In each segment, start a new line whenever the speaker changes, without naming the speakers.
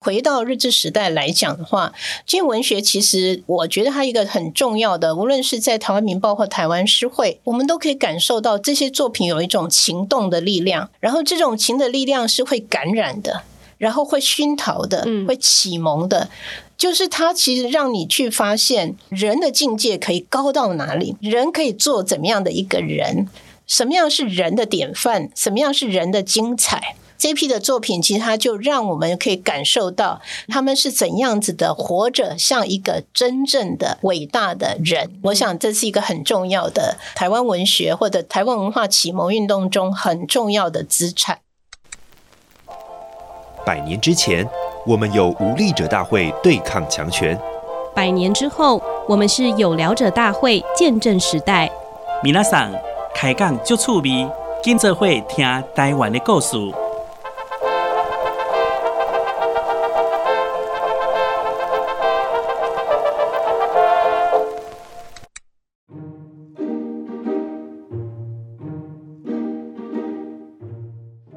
回到日治时代来讲的话，这文学其实我觉得它一个很重要的，无论是在台湾民报或台湾诗会，我们都可以感受到这些作品有一种情动的力量，然后这种情的力量是会感染的，然后会熏陶的，会启蒙的。就是它其实让你去发现人的境界可以高到哪里，人可以做怎么样的一个人，什么样是人的典范，什么样是人的精彩。这批的作品，其实它就让我们可以感受到他们是怎样子的活着，像一个真正的伟大的人。我想这是一个很重要的台湾文学或者台湾文化启蒙运动中很重要的资产。
百年之前，我们有无力者大会对抗强权；
百年之后，我们是有聊者大会见证时代。
米拉桑开讲就趣味，今则会听台湾的故事。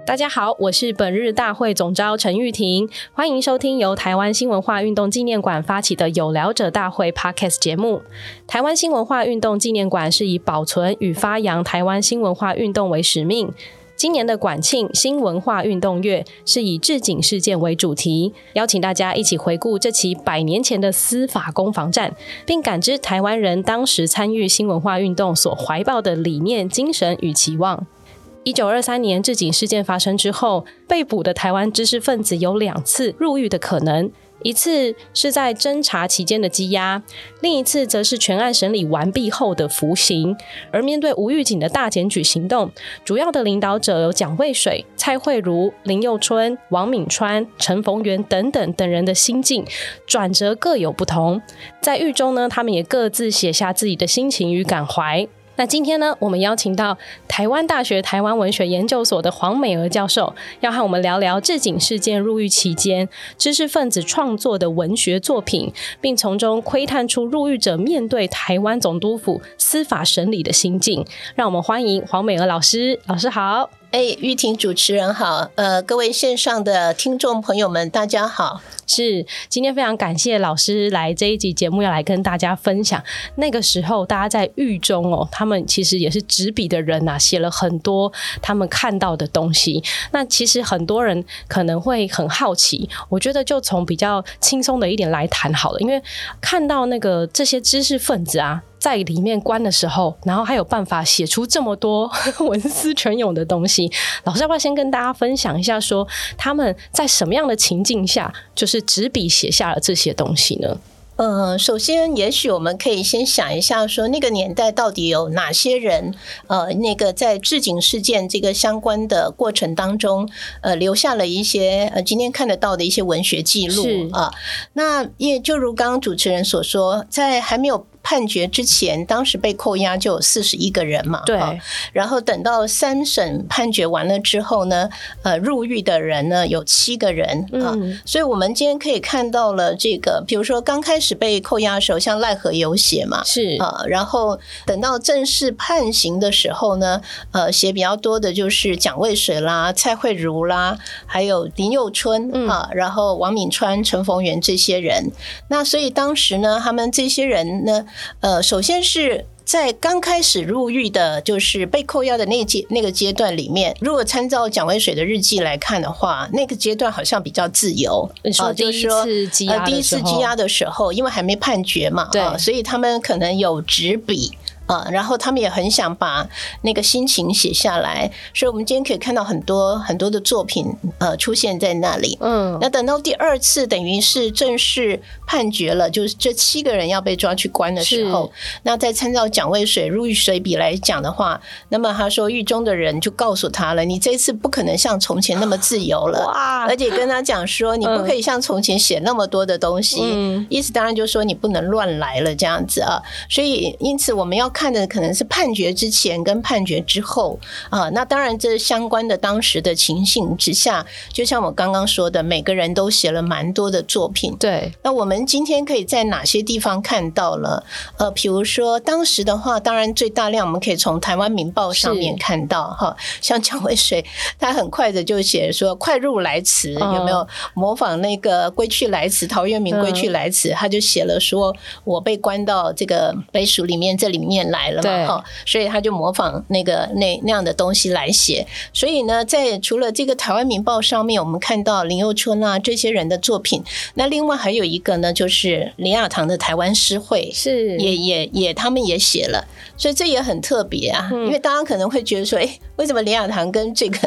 大家好，我是本日大会总召陈玉婷，欢迎收听由台湾新文化运动纪念馆发起的“有聊者大会 ”Podcast 节目。台湾新文化运动纪念馆是以保存与发扬台湾新文化运动为使命。今年的馆庆新文化运动月是以置景事件为主题，邀请大家一起回顾这起百年前的司法攻防战，并感知台湾人当时参与新文化运动所怀抱的理念、精神与期望。一九二三年置景事件发生之后，被捕的台湾知识分子有两次入狱的可能，一次是在侦查期间的羁押，另一次则是全案审理完毕后的服刑。而面对无预警的大检举行动，主要的领导者有蒋渭水、蔡惠如、林佑春、王敏川、陈逢源等等等人的心境转折各有不同。在狱中呢，他们也各自写下自己的心情与感怀。那今天呢，我们邀请到台湾大学台湾文学研究所的黄美娥教授，要和我们聊聊置景事件入狱期间知识分子创作的文学作品，并从中窥探出入狱者面对台湾总督府司法审理的心境。让我们欢迎黄美娥老师，老师好。
哎，玉婷主持人好，呃，各位线上的听众朋友们，大家好。
是，今天非常感谢老师来这一集节目，要来跟大家分享那个时候大家在狱中哦，他们其实也是执笔的人呐、啊，写了很多他们看到的东西。那其实很多人可能会很好奇，我觉得就从比较轻松的一点来谈好了，因为看到那个这些知识分子啊。在里面关的时候，然后还有办法写出这么多 文思泉涌的东西。老师要不要先跟大家分享一下说，说他们在什么样的情境下，就是执笔写下了这些东西呢？
呃，首先，也许我们可以先想一下，说那个年代到底有哪些人，呃，那个在置景事件这个相关的过程当中，呃，留下了一些呃今天看得到的一些文学记录啊、呃。那也就如刚刚主持人所说，在还没有。判决之前，当时被扣押就有四十一个人嘛，啊
对。
然后等到三审判决完了之后呢，呃，入狱的人呢有七个人啊、嗯，所以我们今天可以看到了这个，比如说刚开始被扣押的时候，像赖和有写嘛，
是
啊。然后等到正式判刑的时候呢，呃，写比较多的就是蒋渭水啦、蔡慧如啦，还有林佑春、嗯、啊，然后王敏川、陈逢源这些人。那所以当时呢，他们这些人呢。呃，首先是在刚开始入狱的，就是被扣押的那阶那个阶段里面，如果参照蒋渭水的日记来看的话，那个阶段好像比较自由。啊
你说第一次啊羁押、
呃、第一次羁押的时候，因为还没判决嘛，
对，
呃、所以他们可能有执笔。啊，然后他们也很想把那个心情写下来，所以我们今天可以看到很多很多的作品，呃，出现在那里。
嗯，
那等到第二次，等于是正式判决了，就是这七个人要被抓去关的时候，那再参照蒋渭水入狱随笔来讲的话，那么他说狱中的人就告诉他了，你这次不可能像从前那么自由了，
哇！
而且跟他讲说，你不可以像从前写那么多的东西，嗯、意思当然就是说你不能乱来了这样子啊。所以因此我们要看。看的可能是判决之前跟判决之后啊、那当然，这相关的当时的情形之下，就像我刚刚说的，每个人都写了蛮多的作品。
对，
那我们今天可以在哪些地方看到了？呃，比如说当时的话，当然最大量我们可以从台湾《民报》上面
是
看到哈，像蒋渭水，他很快的就写说“快入来迟”，
哦
有没有模仿那个“归去来迟”？陶渊
嗯
明“归去来迟”，他就写了说：“我被关到这个北蜀里面，这里面来了
对
嘛。”哈，所以他就模仿那个那那样的东西来写。所以呢，在除了这个《台湾民报》上面，我们看到林佑春啊这些人的作品，那另外还有一个呢，就是林雅堂的台湾诗会，
是
也也也他们也写了，所以这也很特别啊。
嗯
因为大家可能会觉得说，哎，为什么林雅堂跟这个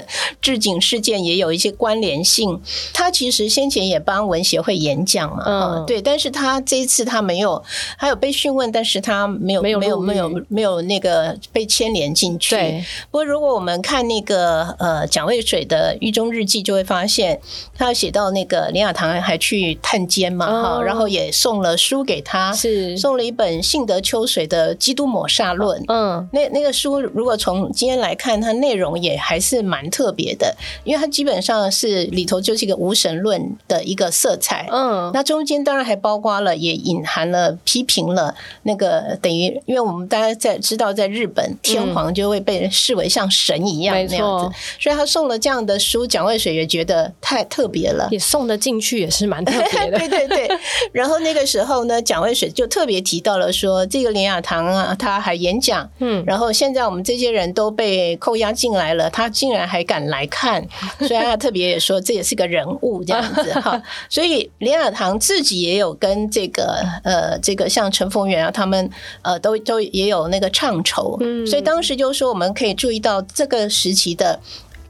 置景事件也有一些关联性？他其实先前也帮文协会演讲嘛，
嗯
啊对，但是他这一次他没有，他有被讯问，但是他没有
没有
没有
入狱
没有没有那个被牵连进去。
对，
不过，如果我们看那个呃蒋渭水的《狱中日记》，就会发现他有写到那个林雅堂还去探监嘛，哈、
哦
然后也送了书给他，
是，
送了一本信德秋水的《基督抹煞论》。
嗯，
那那个书，如果从今天来看，它内容也还是蛮特别的，因为它基本上是里头就是一个无神论的一个色彩。
嗯，
那中间当然还包括了，也隐含了批评了那个等于，因为我们大家在知道，在日本天皇就会被视为像神一样
嗯没
那样子
错，，
所以他送了这样的书，蒋渭水也觉得太特别了。
也送得进去，也是蛮特 别的。
对对 对，然后那个时候呢，蒋渭水就特别提到了说，这个林雅堂啊，他还演讲，
嗯，
然后现在我们这些人都被扣押进来了，他竟然还敢来 看，所以他特别也说这也是个人物这样子哈。所以林雅堂自己也有跟这个呃这个像陈逢源啊他们呃都都也有那个唱酬，
嗯
所以当时就说我们可以注意到这个时期的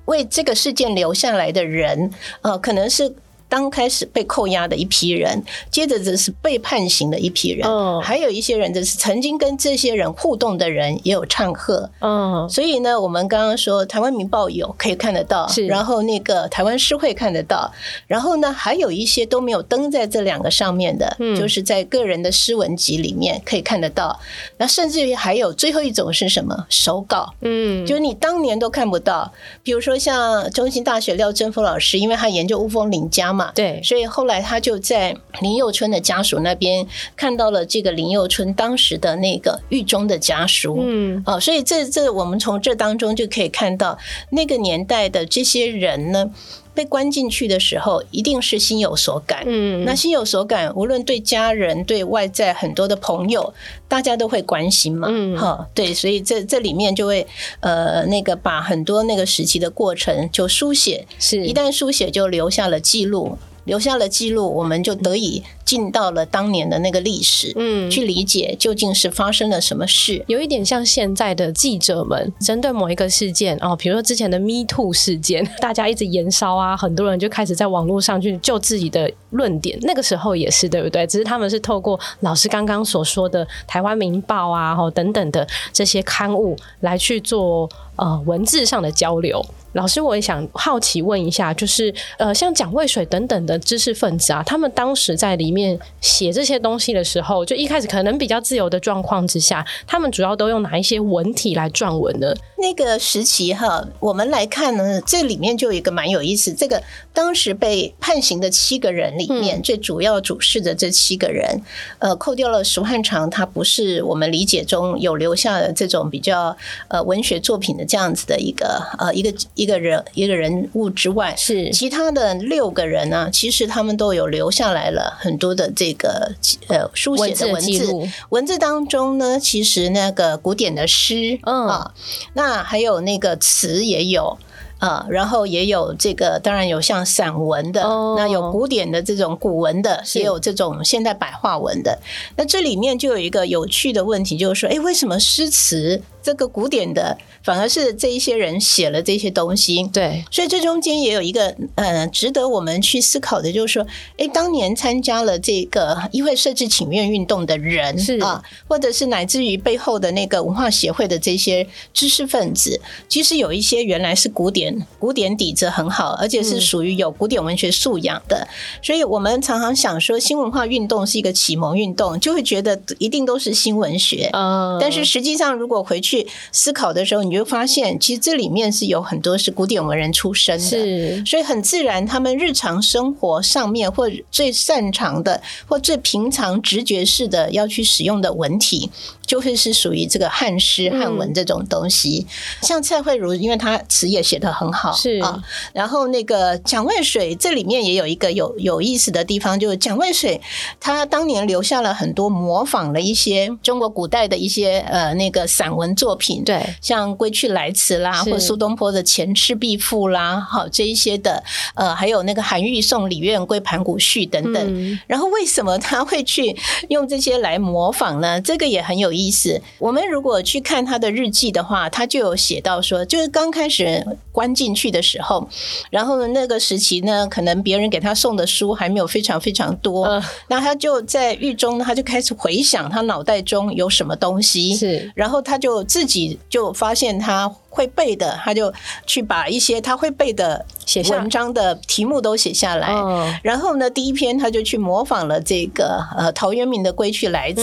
为这个事件留下来的人，呃，可能是。刚开始被扣押的一批人，接着则是被判刑的一批人，
嗯
还有一些人就是曾经跟这些人互动的人也有唱和。
嗯，
所以呢，我们刚刚说台湾民报有可以看得到
是，
然后那个台湾诗会看得到，然后呢，还有一些都没有登在这两个上面的，
嗯
就是在个人的诗文集里面可以看得到。那甚至于还有最后一种是什么？手稿。
嗯，
就是你当年都看不到，比如说像中兴大学廖振夫老师，因为他研究乌峰林家嘛，
对
所以后来他就在林佑春的家属那边看到了这个林佑春当时的那个狱中的家属，
嗯，
哦，所以这这我们从这当中就可以看到，那个年代的这些人呢，被关进去的时候，一定是心有所感。
嗯，
那心有所感，无论对家人、对外在很多的朋友，大家都会关心嘛，
嗯
哈，对，所以这这里面就会呃，那个把很多那个时期的过程就书写，
是
一旦书写就留下了记录，留下了记录，我们就得以进到了当年的那个历史，
嗯
去理解究竟是发生了什么事，
有一点像现在的记者们针对某一个事件哦，比如说之前的 Me Too 事件， 大家一直延烧啊，很多人就开始在网络上去就自己的论点。那个时候也是对不对？只是他们是透过老师刚刚所说的《台湾民报》啊，哦等等的这些刊物来去做呃文字上的交流。老师，我也想好奇问一下，就是呃，像蒋渭水等等的知识分子啊，他们当时在里面写这些东西的时候，就一开始可能比较自由的状况之下，他们主要都用哪一些文体来撰文呢？
那个时期哈，我们来看呢，这里面就有一个蛮有意思。这个当时被判刑的七个人
嗯
里面，最主要主事的这七个人，呃，扣掉了石汉长，他不是我们理解中有留下的这种比较呃文学作品的这样子的一个呃一个一个人一个人物之外，
是
其他的六个人呢、其实他们都有留下来了很多的这个呃书写
文
的
字
文
的记
字，
录，
文字当中呢，其实那个古典的诗，
嗯
啊，那还有那个词也有。啊，然后也有这个，当然有像散文的，
哦
那有古典的这种古文的，
是
也有这种现代白话文的。那这里面就有一个有趣的问题，就是说，哎，为什么诗词这个古典的反而是这一些人写了这些东西。
对，
所以这中间也有一个呃，值得我们去思考的，就是说，诶，当年参加了这个议会设置请愿运动的人
是
啊，或者是乃至于背后的那个文化协会的这些知识分子，其实有一些原来是古典古典底子很好，而且是属于有古典文学素养的。所以我们常常想说，新文化运动是一个启蒙运动，就会觉得一定都是新文学。
嗯，
但是实际上，如果回去思考的时候，你就发现，其实这里面是有很多是古典文人出身的，
是
所以很自然，他们日常生活上面或最擅长的或最平常直觉式的要去使用的文体，就会是属于这个汉诗、
嗯
汉文这种东西。像蔡慧茹，因为她词也写得很好，
是
啊。然后那个蒋渭水，这里面也有一个有有意思的地方，就是蒋渭水他当年留下了很多模仿了一些中国古代的一些呃那个散文作品，
对，
像《归去来辞》啦，
是
或苏东坡的《前赤壁赋》啦，好这一些的，呃，还有那个韩愈送李渊归盘古序等等。
嗯，
然后为什么他会去用这些来模仿呢？这个也很有意思。我们如果去看他的日记的话，他就有写到说，就是刚开始关进去的时候，然后呢那个时期呢，可能别人给他送的书还没有非常非常多，
嗯
那他就在狱中，他就开始回想他脑袋中有什么东西，
是
然后他就自己就发现他会背的，他就去把一些他会背的
写下
文章的题目都写下来。
嗯
然后呢，第一篇他就去模仿了这个呃陶渊明的《归去来辞》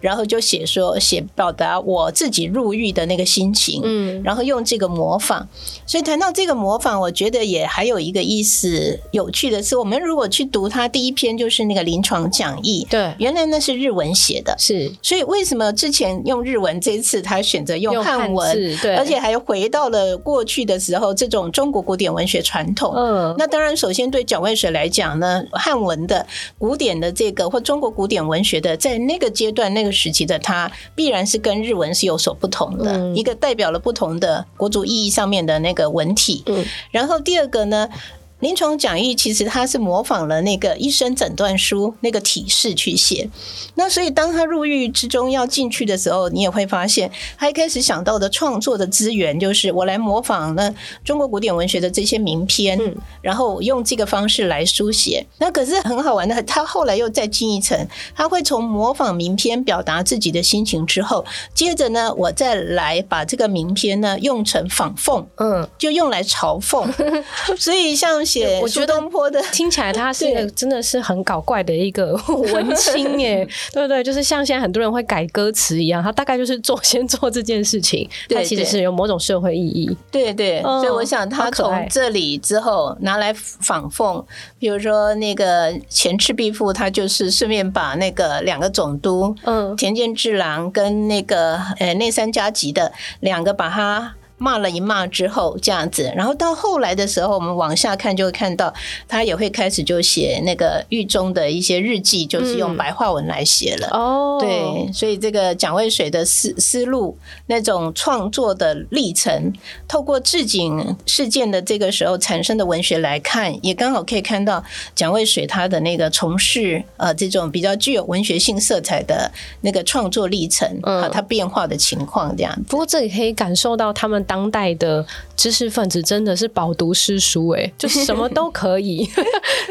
然后就写说写表达我自己入狱的那个心情，
嗯，
然后用这个模仿。所以谈到这个模仿，我觉得也还有一个意思有趣的是，我们如果去读他第一篇就是那个临床讲义，
对，
原来那是日文写的，
是
所以为什么之前用日文，这一次他选择用汉
汉
文，
字对，
而且还回到了过去的时候这种中国古典文学传统？
嗯，
那当然，首先对蒋渭水来讲呢，汉文的古典的这个或中国古典文学的，在那个阶段、那个时期的他，必然是跟日文是有所不同的，
嗯
一个代表了不同的国族意义上面的那个文体。
嗯
然后第二个呢。临床讲义其实它是模仿了那个医生诊断书那个体式去写，那所以当他入狱之中要进去的时候，你也会发现他一开始想到的创作的资源就是我来模仿呢中国古典文学的这些名篇，
嗯
然后用这个方式来书写。那可是很好玩的，他后来又再进一层，他会从模仿名篇表达自己的心情之后，接着呢，我再来把这个名篇呢用成仿讽，
嗯，
就用来嘲 讽。所以像写
我
苏
觉得
东坡的。
听起来他是一个
对
真的是很搞怪的一个 文 青耶，对不对？就是像现在很多人会改歌词一样，他大概就是做先做这件事情，他
对
其实
对
是有某种社会意义。
对对，
嗯
所以我想他
好可爱
从这里之后拿来仿讽，比如说那个《前赤壁赋》，他就是顺便把那个两个总督
嗯，
田健治郎跟那个呃内三加急的两个把他。骂了一骂之后，这样子，然后到后来的时候，我们往下看就会看到，他也会开始就写那个狱中的一些日记，就是用
嗯
白话文来写了。
哦，
对，所以这个蒋渭水的思思路那种创作的历程，透过置景事件的这个时候产生的文学来看，也刚好可以看到蒋渭水他的那个从事呃这种比较具有文学性色彩的那个创作历程，
嗯
啊，它变化的情况这样子。
不过这里可以感受到他们当代的知识分子真的是饱读诗书，哎，就什么都可以，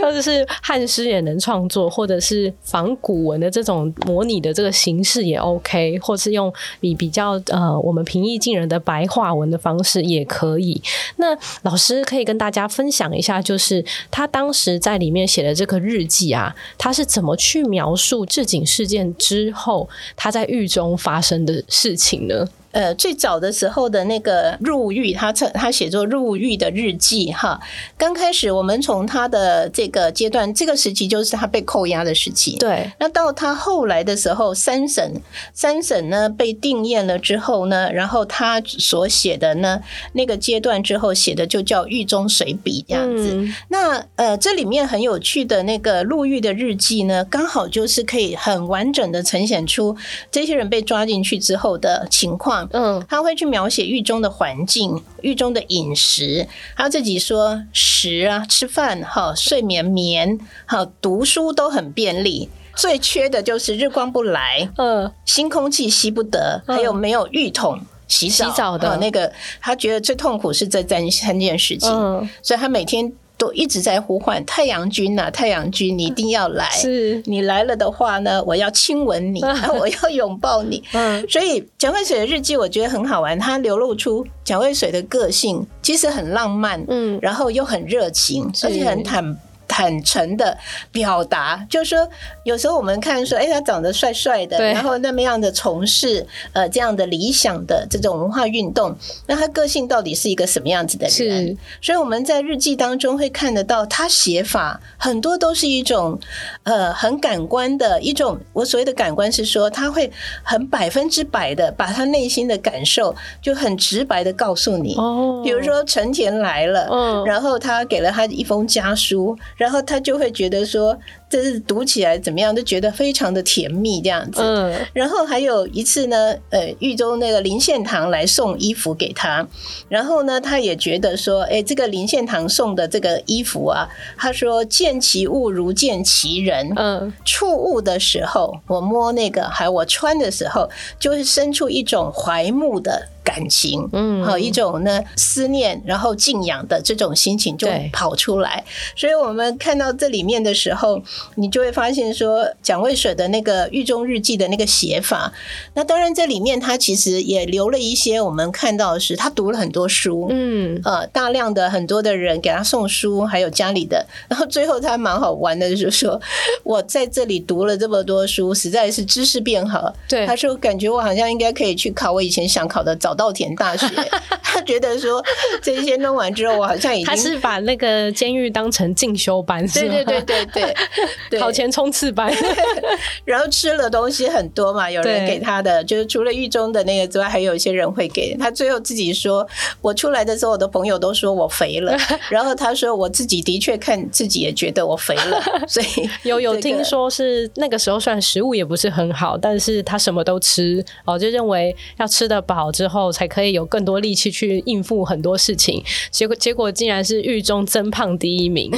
或者是汉诗也能创作，或者是仿古文的这种模拟的这个形式也 OK，或是用以比较呃我们平易近人的白话文的方式也可以。那老师可以跟大家分享一下，就是他当时在里面写的这个日记啊，他是怎么去描述置景事件之后他在狱中发生的事情呢？
呃，最早的时候的那个入狱，他称他写作入狱的日记哈。刚开始我们从他的这个阶段，这个时期就是他被扣押的时期。
对，
那到他后来的时候，三审三审呢被定验了之后呢，然后他所写的呢那个阶段之后写的就叫狱中随笔这样子。
嗯
那呃，这里面很有趣的那个入狱的日记呢，刚好就是可以很完整的呈现出这些人被抓进去之后的情况。
嗯，
他会去描写狱中的环境、狱中的饮食，他自己说食啊、吃饭、哈、睡眠、眠、好读书都很便利。最缺的就是日光不来，
呃，
新空气吸不得，
嗯
还有没有浴桶。洗澡
洗澡的
啊那个，他觉得最痛苦是这三三件事情，
嗯，
所以他每天都一直在呼唤太阳君呐、太阳君，你一定要来。
是，
你来了的话呢，我要亲 吻你，啊我要拥抱你。
嗯
所以蒋渭水的日记我觉得很好玩，它流露出蒋渭水的个性，其实很浪漫，
嗯，
然后又很热情，
是
而且很坦坦诚的表达，就是说，有时候我们看说，哎，他长得帅帅的，
对
然后那么样的从事呃这样的理想的这种文化运动，那他个性到底是一个什么样子的人
是？
所以我们在日记当中会看得到，他写法很多都是一种呃很感官的一种。我所谓的感官是说，他会很百分之百的把他内心的感受就很直白的告诉你。
哦
比如，说陈田来了，
嗯
然后他给了他一封家书，然后他就会觉得说，这是读起来怎么样，就觉得非常的甜蜜这样子。
嗯，
然后还有一次呢，呃，豫州那个林献堂来送衣服给他，然后呢，他也觉得说，哎，这个林献堂送的这个衣服啊，他说见其物如见其人，
嗯，
触物的时候，我摸那个，还有我穿的时候，就会生出一种怀慕的感情，
嗯
好一种呢思念，然后敬仰的这种心情就
对
跑出来。所以我们看到这里面的时候，你就会发现说，蒋渭水的那个《狱中日记》的那个写法，那当然这里面他其实也留了一些我们看到的是，他读了很多书，
嗯，
呃，大量的很多的人给他送书，还有家里的，然后最后他蛮好玩的，就是说我在这里读了这么多书，实在是知识变好。
对
他，说感觉我好像应该可以去考我以前想考的早稻田大 学。他觉得说这些弄完之后，我好像已
他
经。
是把那个监狱当成进修班，是
对
吗
对对对对 对，
考前冲 刺班，
然后吃了东西很多嘛，有人
对
给他的，就是除了狱中的那个之外，还有一些人会给他。最后自己说，我出来的时候，我的朋友都说我肥 了，然后他说我自己的确看自己也觉得我肥 了，所以
有有
这个
听说是那个时候，虽然食物也不是很好，但是他什么都吃哦，就认为要吃得饱之后才可以有更多力气去应付很多事情。结果结果竟然是狱中增胖第一名。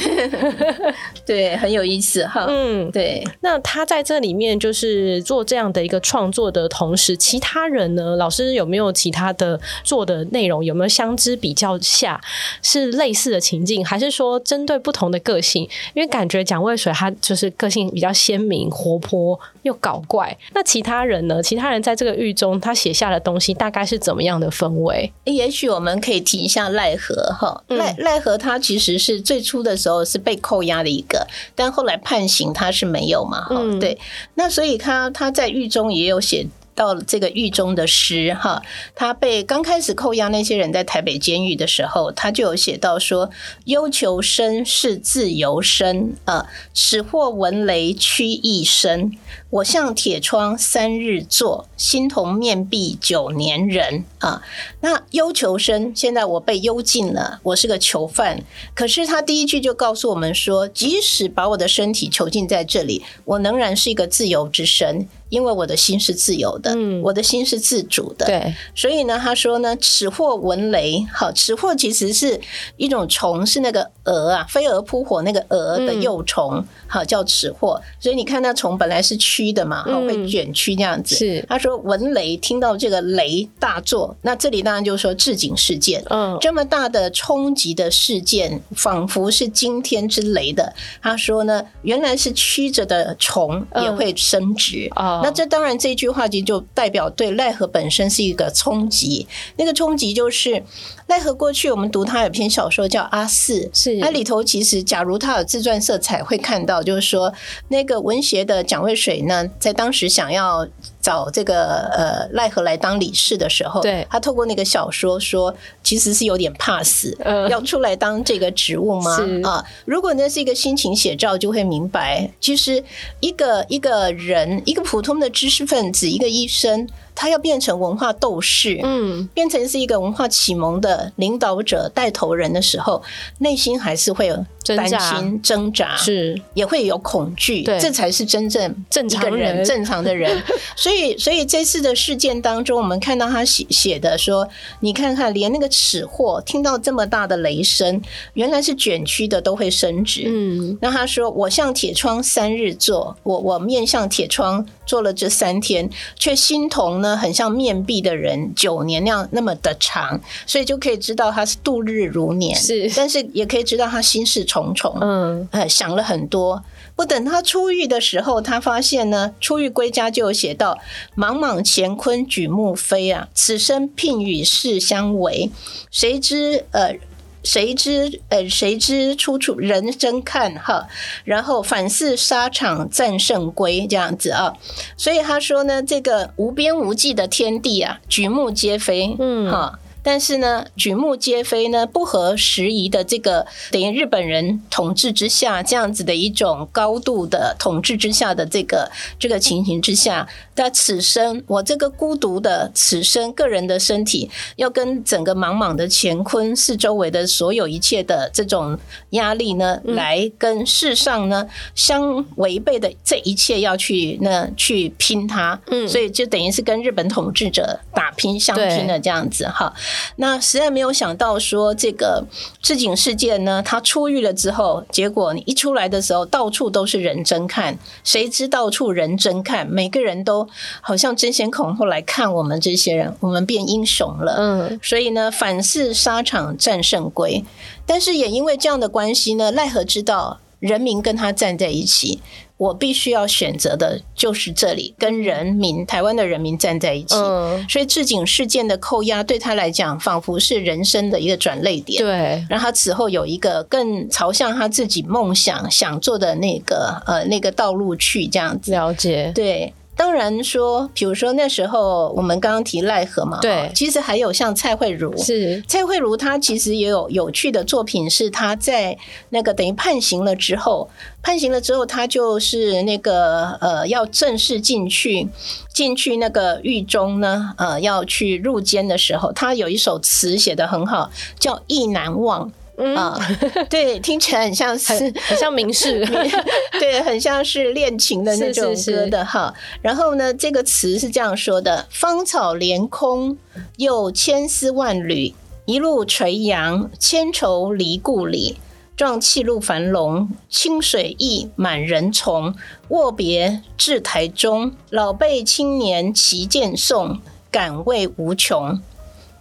对很有意思哈。
嗯，
对，
那他在这里面就是做这样的一个创作的同时，其他人呢，老师有没有其他的做的内容？有没有相知比较下是类似的情境，还是说针对不同的个性？因为感觉蒋渭水他就是个性比较鲜明、活泼又搞怪。那其他人呢？其他人在这个狱中他写下的东西大概是怎么样的氛围？
也许我们可以提一下奈何哈，
嗯
奈奈何他其实是最初的时候是被扣押的一个，但后来判刑他是没有嘛哈，
嗯
对，那所以他他在狱中也有写。到了这个狱中的诗哈，他被刚开始扣押那些人在台北监狱的时候，他就有写到说：“忧求生是自由身啊，始获闻雷驱一身。我向铁窗三日坐，心同面壁九年人啊。”那忧囚生，现在我被幽禁了，我是个囚犯。可是他第一句就告诉我们说，即使把我的身体囚禁在这里，我仍然是一个自由之身，因为我的心是自由的，
嗯
我的心是自主的。
对，
所以呢，他说呢，此或闻雷，好，此或其实是一种虫，是那个蛾啊，飞蛾扑火那个蛾的幼虫，
嗯
好叫此或。所以你看那虫本来是蛆的嘛，好
嗯
会卷曲这样子。
是
他说闻雷，听到这个雷大作，那这里当然就是说置景事件。
嗯，
这么大的冲击的事件，仿佛是惊天之雷的。他说呢，原来是曲着的虫
嗯
也会升值。
哦
那这当然这句话其实就代表对奈何本身是一个冲击。那个冲击就是奈何过去我们读他有篇小说叫《阿四》，
是
它里头其实，假如它有自传色彩，会看到就是说，那个文学的蒋渭水呢，在当时想要找这个呃奈何来当理事的时候，
对
他透过那个小说说，其实是有点怕死，
呃
要出来当这个职务吗
是？
啊，如果那是一个心情写照，就会明白，其实一个一个人，一个普通的知识分子，一个医生，他要变成文化斗士，
嗯
变成是一个文化启蒙的领导者、带头人的时候，内心还是会有
挣
担
扎
心、挣扎，
是
也会有恐惧，
对
这才是真正
正
一
常
个人
人
正常的 人。所以，所以这次的事件当中，我们看到他写写的说，你看看，连那个尺货听到这么大的雷声，原来是卷曲的都会升值，
嗯
那他说：“我向铁窗三日坐，我我面向铁窗坐了这三天，却心同呢，很像面壁的人九年那样那么的长，所以就可以知道他是度日如年，
是
但是也可以知道他心事重重，
嗯，
呃，想了很多。不等他出狱的时候，他发现呢，出狱归家就有写到“莽莽乾坤举目飞啊，此生聘与世相违”。谁知呃，谁知呃，谁知出处人生看哈，然后反似沙场战胜归这样子啊。所以他说呢，这个无边无际的天地啊，举目皆非，
嗯
哈。但是呢，举目皆非呢，不合时宜的这个等于日本人统治之下这样子的一种高度的统治之下的这个这个情形之下，那此生我这个孤独的此生个人的身体，要跟整个茫茫的乾坤四周围的所有一切的这种压力呢，来跟世上呢相违背的这一切要去呢去拼它，
嗯
所以就等于是跟日本统治者打拼相拼的这样子哈。那实在没有想到说这个赤井事件呢，他出狱了之后，结果你一出来的时候，到处都是人真看，谁知到处人真看，每个人都好像争先恐后来看我们这些人，我们变英雄了，
嗯，
所以呢，反是沙场战胜归。但是也因为这样的关系呢，奈何知道人民跟他站在一起，我必须要选择的就是这里，跟人民台湾的人民站在一起。
嗯，
所以置景事件的扣押对他来讲，仿佛是人生的一个转泪点。
对，
让他此后有一个更朝向他自己梦想想做的那个呃那个道路去这样子。
了解，
对，当然说，比如说那时候我们刚刚提奈何嘛，
对
哦其实还有像蔡慧茹。
是，
蔡慧茹她其实也有有趣的作品，是她在那个等于判刑了之后，判刑了之后，她就是那个呃要正式进去进去那个狱中呢，呃要去入监的时候，她有一首词写得很好，叫《意难忘》
嗯，
啊、 对，听起来很像是
很很像明 示，
对，很像是恋情的那种
是是是
歌的哈。然后呢，这个词是这样说的：芳草连空，又千丝万缕，一路垂杨，千愁离故里。壮气入樊笼，清水溢满人丛。握别至台中，老辈青年齐剑送，感慰无穷。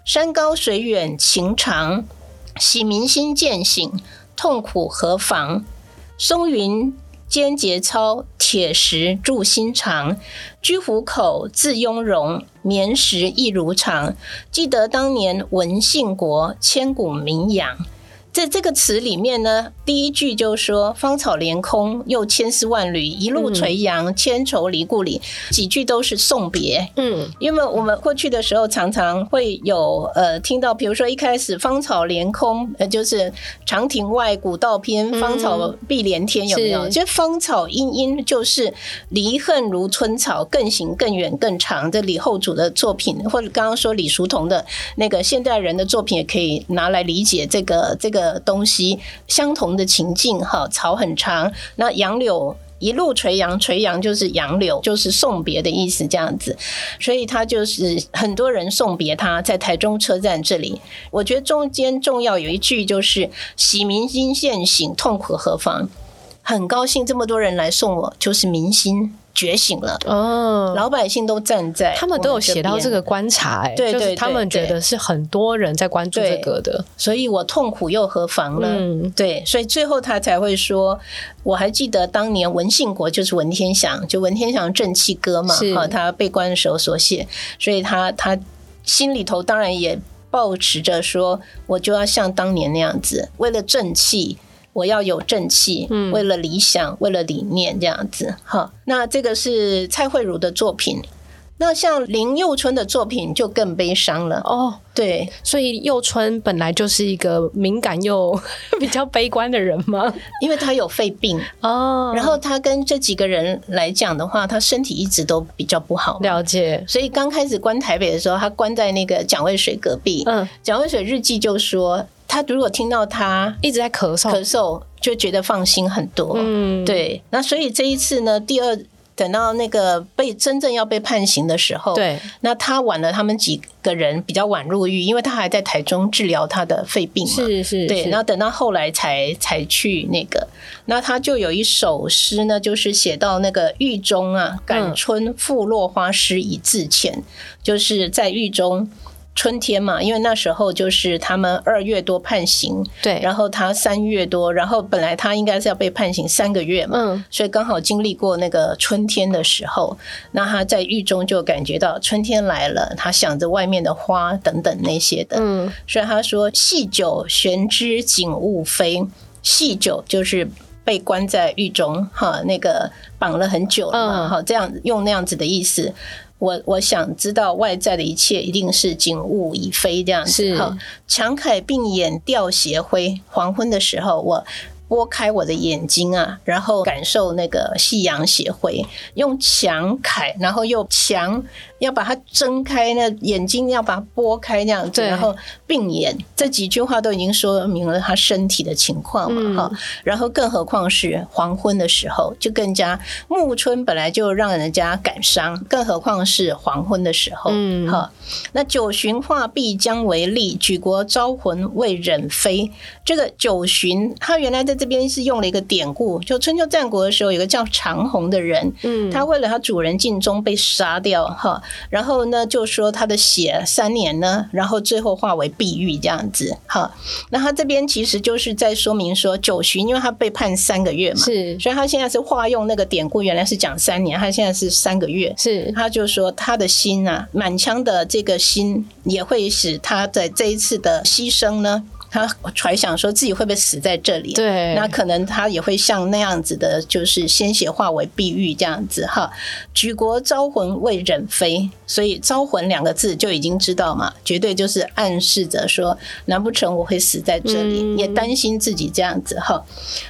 山高水远情长，喜民心渐醒，痛苦何妨？松云间节操，铁石铸心肠。居虎口，字雍容，绵石亦如常。记得当年文信国，千古名扬。在这个词里面呢，第一句就说“芳草连空，又千丝万缕，一路垂杨，千愁离故里”，几句都是送别。
嗯，
因为我们过去的时候，常常会有呃听到，比如说一开始“芳草连空”，呃，就是“长亭外，古道偏，芳草碧连天”，有没有？
是
就芳草茵茵，就是离恨如春草，更行更远更长。这李后主的作品，或者刚刚说李叔同的那个现代人的作品，也可以拿来理解这个这个东西相同的情境哈。草很长，那杨柳。一路垂杨，垂杨就是杨柳，就是送别的意思，这样子。所以他就是很多人送别他，在台中车站这里。我觉得中间重要有一句就是“喜民心现醒，痛苦何妨”，很高兴这么多人来送我，就是民心觉醒了，
哦。
老百姓都站在
他们都有
我
写到
边
这个，观察、哎，
对
就是
对
他
对
们觉
对
得是很多人在关注这
对
个的，
所以我痛苦又何妨呢？
嗯，
对，所以最后他才会说，我还记得当年文信国就是文天祥，就文天祥正气歌嘛
是，
哈，他被关的时候所写，所以他他心里头当然也抱持着说，我就要像当年那样子，为了正气。我要有正气，
嗯
为了理想，为了理念，这样子哈。那这个是蔡慧茹的作品，那像林佑春的作品就更悲伤了。
哦，
对，
所以佑春本来就是一个敏感又 比较悲观的人吗？
因为他有肺病，
哦
然后他跟这几个人来讲的话，他身体一直都比较不好，
了解，
所以刚开始关台北的时候，他关在那个蒋渭水隔壁。
嗯，
蒋渭水日记就说，他如果听到他
一直在咳嗽，
咳嗽，就觉得放心很多。
嗯，
对，那所以这一次呢，第二等到那个被真正要被判刑的时候，，
对，
那他晚了，他们几个人比较晚入狱，因为他还在台中治疗他的肺病嘛。
是是，
对，
是
然后等到后来才才去那个，那他就有一首诗呢，就是写到那个狱中啊，感
嗯
春复落花诗以自遣，就是在狱中春天嘛，因为那时候就是他们二月多判刑，
对，
然后他三月多，然后本来他应该是要被判刑三个月嘛，
嗯，
所以刚好经历过那个春天的时候，那他在狱中就感觉到春天来了，他想着外面的花等等那些的，
嗯
所以他说：“细酒悬之景物非，细酒就是被关在狱中哈，那个绑了很久了嘛，
嗯
好、这样用那样子的意思。我我想知道外在的一切一定是景物已非这样
是
子哈。强凯并眼吊斜晖，黄昏的时候我。”拨开我的眼睛啊，然后感受那个夕阳斜晖，用强凯，然后又强，要把它睁开，那眼睛要把它拨开这样子，
对
然后病眼这几句话都已经说明了他身体的情况
嗯
嘛，哈、然后更何况是黄昏的时候，就更加暮春本来就让人家感伤，更何况是黄昏的时候，
嗯
哈、那九旬画壁将为利，举国招魂为忍非。这个九旬，他原来在这边是用了一个典故，就春秋战国的时候，有个叫长虹的人，
嗯，
他为了他主人尽忠被杀掉哈，然后呢就说他的血三年呢，然后最后化为碧玉这样子哈。那他这边其实就是在说明说九旬，因为他被判三个月嘛，
是
所以他现在是化用那个典故，原来是讲三年，他现在是三个月。
是
他就说他的心啊，满腔的这个心也会使他在这一次的牺牲呢，他揣想说自己会不会死在这里，啊
对，
那可能他也会像那样子的，就是鲜血化为碧玉这样子哈。举国招魂为忍非，所以“招魂”两个字就已经知道嘛，绝对就是暗示着说，难不成我会死在这里？
嗯
也担心自己这样子哈。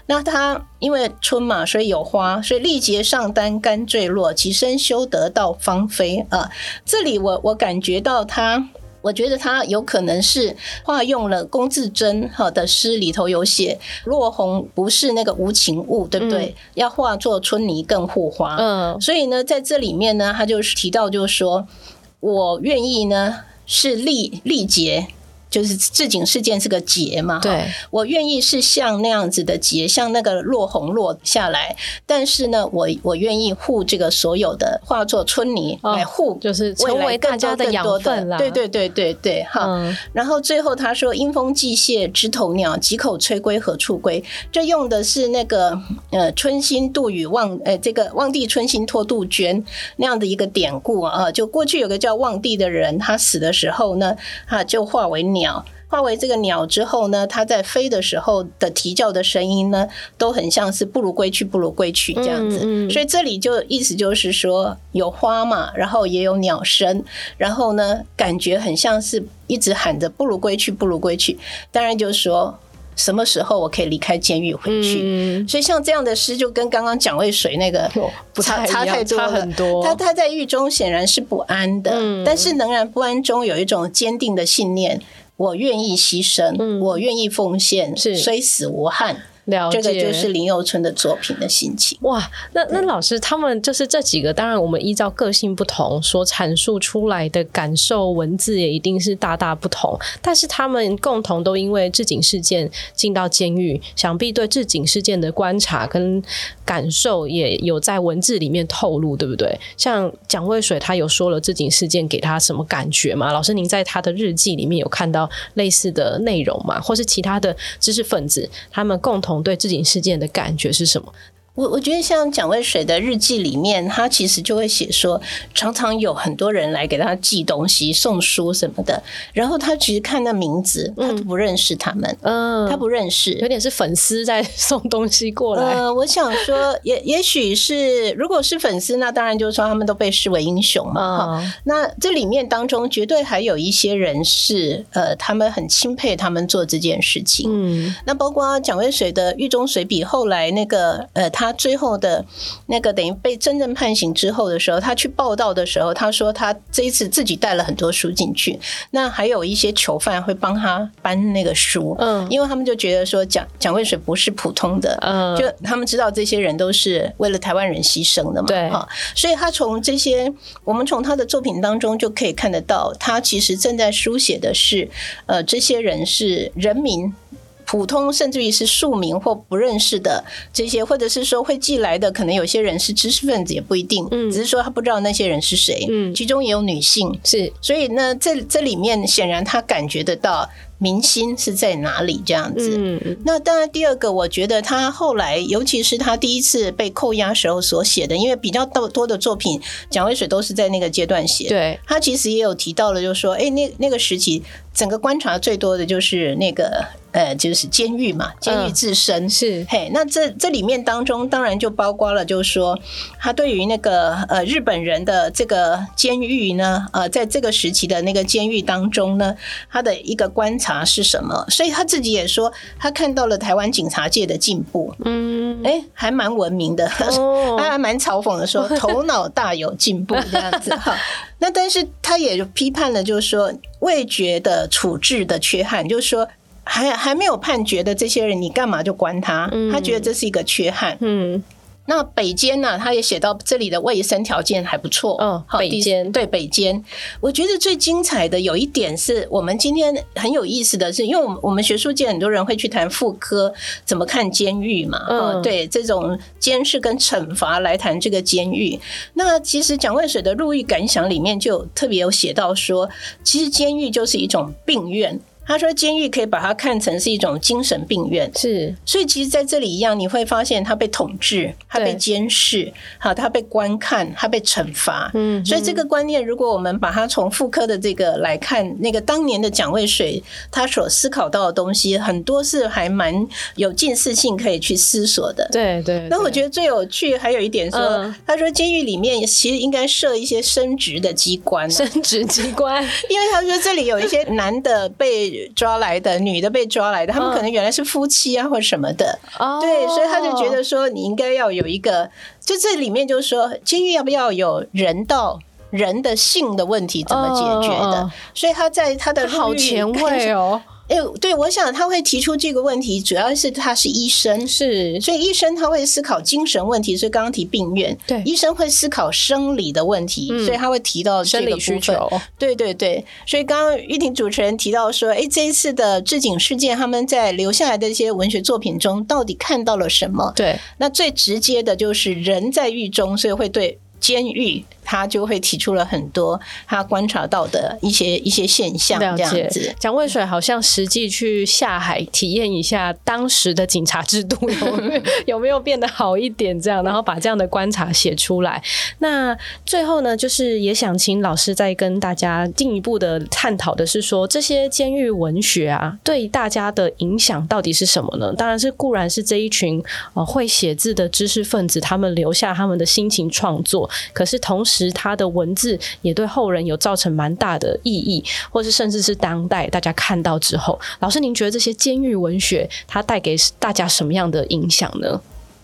那他因为春嘛，所以有花，所以历劫上丹甘坠落，其身修得到芳菲啊、这里我我感觉到他。我觉得他有可能是化用了龚自珍哈的诗里头有写“落红不是那个无情物”，对不对？要化作春泥更护花。
嗯
所以呢，在这里面呢，他就是提到，就是说我愿意呢是历历劫，就是置景事件是个劫嘛，哈
对
我愿意是像那样子的结，像那个落红落下来，但是呢，我我愿意护这个所有的，化作春泥
哦
来护。
就是
未
成
来
为
更
大家
多更
养
多
分啦，
对对对对对，哈。
嗯
然后最后他说：“阴风寄蟹，枝头鸟，几口吹归何处归？”这用的是那个呃“春心度雨望”呃这个“望帝春心托杜鹃”那样的一个典故啊。就过去有个叫望帝的人，他死的时候呢，啊就化为鸟。化为这个鸟之后呢，它在飞的时候的啼叫的声音呢，都很像是“不如归去，不如归去”这样子。
嗯嗯
所以这里就意思就是说，有花嘛，然后也有鸟声，然后呢，感觉很像是一直喊着“不如归去，不如归去”。当然就是说，什么时候我可以离开监狱回去？
嗯，
所以像这样的诗，就跟刚刚蒋渭水那个
哦不
差
太
差
一样
太多
差
了，
很多
他他在狱中显然是不安的，
嗯
但是仍然不安中有一种坚定的信念：我愿意牺牲，
嗯
我愿意奉献，
是
虽死无憾。
了解
这个就是林佑春的作品的心情。
哇，那那老师他们就是这几个，当然我们依照个性不同所阐述出来的感受文字也一定是大大不同，但是他们共同都因为置景事件进到监狱，想必对置景事件的观察跟感受也有在文字里面透露，对不对？像蒋渭水他有说了置景事件给他什么感觉吗？老师您在他的日记里面有看到类似的内容吗？或是其他的知识分子他们共同对置景事件的感觉是什么？
我我觉得像蒋渭水的日记里面，他其实就会写说，常常有很多人来给他寄东西、送书什么的，然后他其实看那名字，他都不认识他们，
嗯，
他不认
有
识。
点是粉丝在 送东西过来，
呃，我想说，也也许是，如果是粉丝，那当然就是说他们都被视为英雄嘛。哈、
嗯，
那这里面当中，绝对还有一些人是，呃，他们很钦佩他们做这件事情。
嗯，
那包括蒋渭水的《狱中随笔》，后来那个呃，他他最后的那个等于被真正判刑之后的时候，他去报道的时候，他说他这一次自己带了很多书进去，那还有一些囚犯会帮他搬那个书，
嗯
因为他们就觉得说蒋蒋渭水不是普通的，
嗯，
就他们知道这些人都是为了台湾人牺牲的嘛，
对
哈，所以他从这些，我们从他的作品当中就可以看得到，他其实正在书写的是，呃，这些人是人民。普通甚至于是庶民或不认识的这些，或者是说会寄来的，可能有些人是知识分子也不一定，
嗯
只是说他不知道那些人是谁，
嗯
其中也有女性，
是
所以呢，这这里面显然他感觉得到民心是在哪里这样子，
嗯
那当然，第二个，我觉得他后来，尤其是他第一次被扣押时候所写的，因为比较多多的作品，蒋渭水都是在那个阶段写。，
对
他其实也有提到了，就是说，哎，那那个时期，整个观察最多的就是那个呃，就是监狱嘛，监狱自身。
是
嘿，那这这里面当中当然就包括了，就是说他对于那个呃日本人的这个监狱呢，呃，在这个时期的那个监狱当中呢，他的一个观察是什么？所以他自己也说，他看到了台湾警察界的进步，
嗯
哎、还蛮文明的。
哦
他还蛮嘲讽的 说，头脑大有进步这样子哈。那但是他也批判了，就是说味觉的处置的缺憾，就是说还还没有判决的这些人，你干嘛就关他？
嗯
他觉得这是一个缺憾。
嗯
那北监呢、他也写到这里的卫生条件还不错。
嗯
好
北监
第对北监，我觉得最精彩的有一点是我们今天很有意思的是，因为我们我们学术界很多人会去谈妇科怎么看监狱嘛，
嗯
哦对这种监视跟惩罚来谈这个监狱。那其实蒋渭水的《入狱感想》里面就有特别有写到说，其实监狱就是一种病院。他说，监狱可以把它看成是一种精神病院，
是
所以其实在这里一样，你会发现他被统治，他被
对
监视，好，他被观看，他被惩罚。
嗯
所以这个观念，如果我们把它从妇科的这个来看，那个当年的蒋渭水他所思考到的东西，很多是还蛮有近似性可以去思索的。
对对，
那我觉
得
得最有趣还有一点说，
嗯
他说监狱里面其实应该设一些生殖的机关、啊，
生殖机关
因为他说这里有一些男的被抓来的，女的被抓来的，他们
嗯
可能原来是夫妻啊或什么的，
哦
对，所以他就觉得说，你应该要有一个，就这里面就是说，监狱要不要有人道？人的性的问题怎么解决的？
哦
所以他在他的
他好前卫
哦。
哦，
哎、对，我想他会提出这个问题，主要是他是医生，
是
所以医生他会思考精神问题，所以刚刚提病院，
对
医生会思考生理的问题，
嗯
所以他会提到这
生
个
理
部
需
分。
求，
对对对，所以刚刚玉婷主持人提到说，哎，这一次的置景事件，他们在留下来的一些文学作品中，到底看到了什么？
对
那最直接的就是人在狱中，所以会对监狱，他就会提出了很多他观察到的一些一些现象，
了
这样
解
子。
蒋渭水好像实际去下海体验一下当时的警察制度 有没有有没有变得好一点，这样，然后把这样的观察写出来。那最后呢，就是也想请老师再跟大家进一步的探讨的是说，这些监狱文学啊，对大家的影响到底是什么呢？当然是固然是这一群呃会写字的知识分子，他们留下他们的心情创作，可是同时他的文字也对后人有造成蛮大的意义，或是甚至是当代大家看到之后，老师您觉得这些监狱文学它带给大家什么样的影响呢？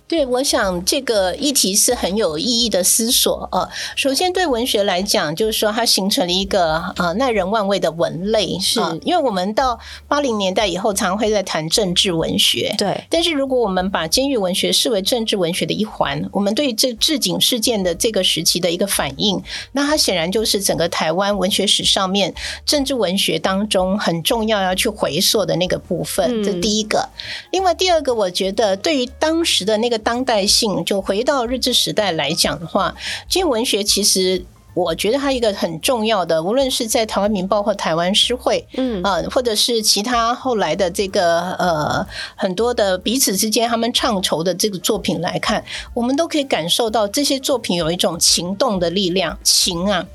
对，我想这个议题是很有意义的思索呃。首先，对文学来讲，就是说它形成了一个呃耐人万味的文类，
是
呃因为我们到八零年代以后，常会在谈政治文学。
对，
但是，如果我们把监狱文学视为政治文学的一环，我们对这置景事件的这个时期的一个反应，那它显然就是整个台湾文学史上面政治文学当中很重要要去回溯的那个部分。
嗯
这第一个。另外，第二个，我觉得对于当时的那个当代性，就回到日治时代来讲的话，监狱文学其实。我觉得它一个很重要的，无论是在台湾民报或台湾诗会，
嗯
呃，或者是其他后来的这个呃很多的彼此之间他们唱酬的这个作品来看，我们都可以感受到这些作品有一种情动的力量，情啊，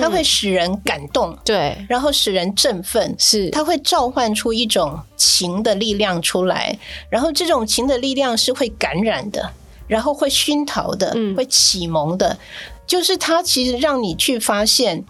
它会使人感动，
对，
然后使人振奋。
是
它会召唤出一种情的力量出来，然后这种情的力量是会感染的，然后会熏陶的
嗯，
会启蒙的，就是它其实让你去发现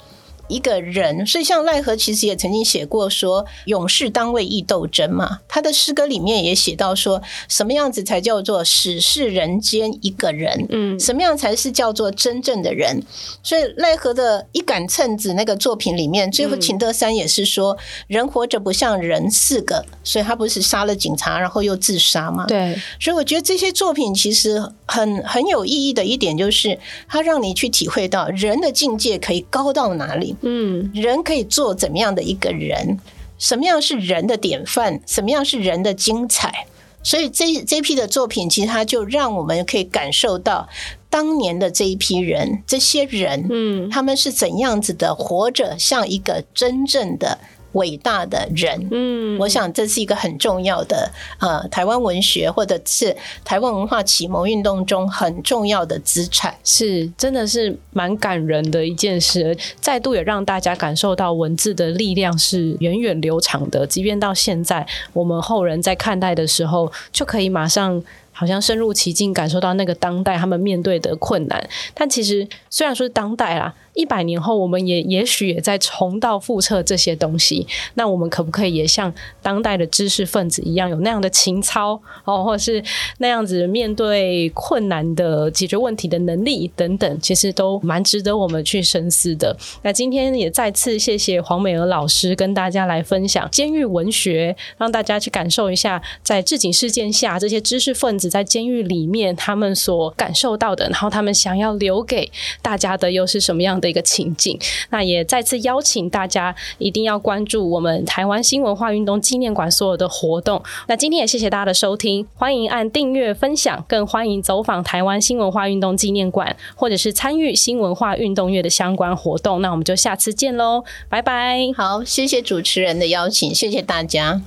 一个人，所以像赖和其实也曾经写过说“勇士当为义斗争”嘛，他的诗歌里面也写到说什么样子才叫做始是人间一个人，
嗯
什么样才是叫做真正的人？所以赖和的一杆秤子那个作品里面，最后
嗯
秦德山也是说、人活着不像人四个，所以他不是杀了警察，然后又自杀吗？
对，
所以我觉得这些作品其实很很有意义的一点，就是它让你去体会到人的境界可以高到哪里，
嗯
人可以做怎么样的一个人，什么样是人的典范，什么样是人的精彩。所以这这批的作品，其实它就让我们可以感受到当年的这一批人，这些人，
嗯
他们是怎样子的活着，像一个真正的伟大的人。
嗯，
我想这是一个很重要的呃，台湾文学或者是台湾文化启蒙运动中很重要的资产。
是，真的是蛮感人的一件事，再度也让大家感受到文字的力量是源远流长的。即便到现在，我们后人在看待的时候，就可以马上好像深入其境，感受到那个当代他们面对的困难。但其实虽然说是当代啦，一百年后我们也也许也在重蹈覆辙这些东西。那我们可不可以也像当代的知识分子一样，有那样的情操哦，或者是那样子面对困难的解决问题的能力等等，其实都蛮值得我们去深思的。那今天也再次谢谢黄美娥老师跟大家来分享监狱文学，让大家去感受一下在置警事件下这些知识分子在监狱里面他们所感受到的，然后他们想要留给大家的又是什么样的一个情景。那也再次邀请大家一定要关注我们台湾新文化运动纪念馆所有的活动。那今天也谢谢大家的收听，欢迎按订阅、分享，更欢迎走访台湾新文化运动纪念馆，或者是参与新文化运动月的相关活动。那我们就下次见喽，拜拜。
好，谢谢主持人的邀请，谢谢大家。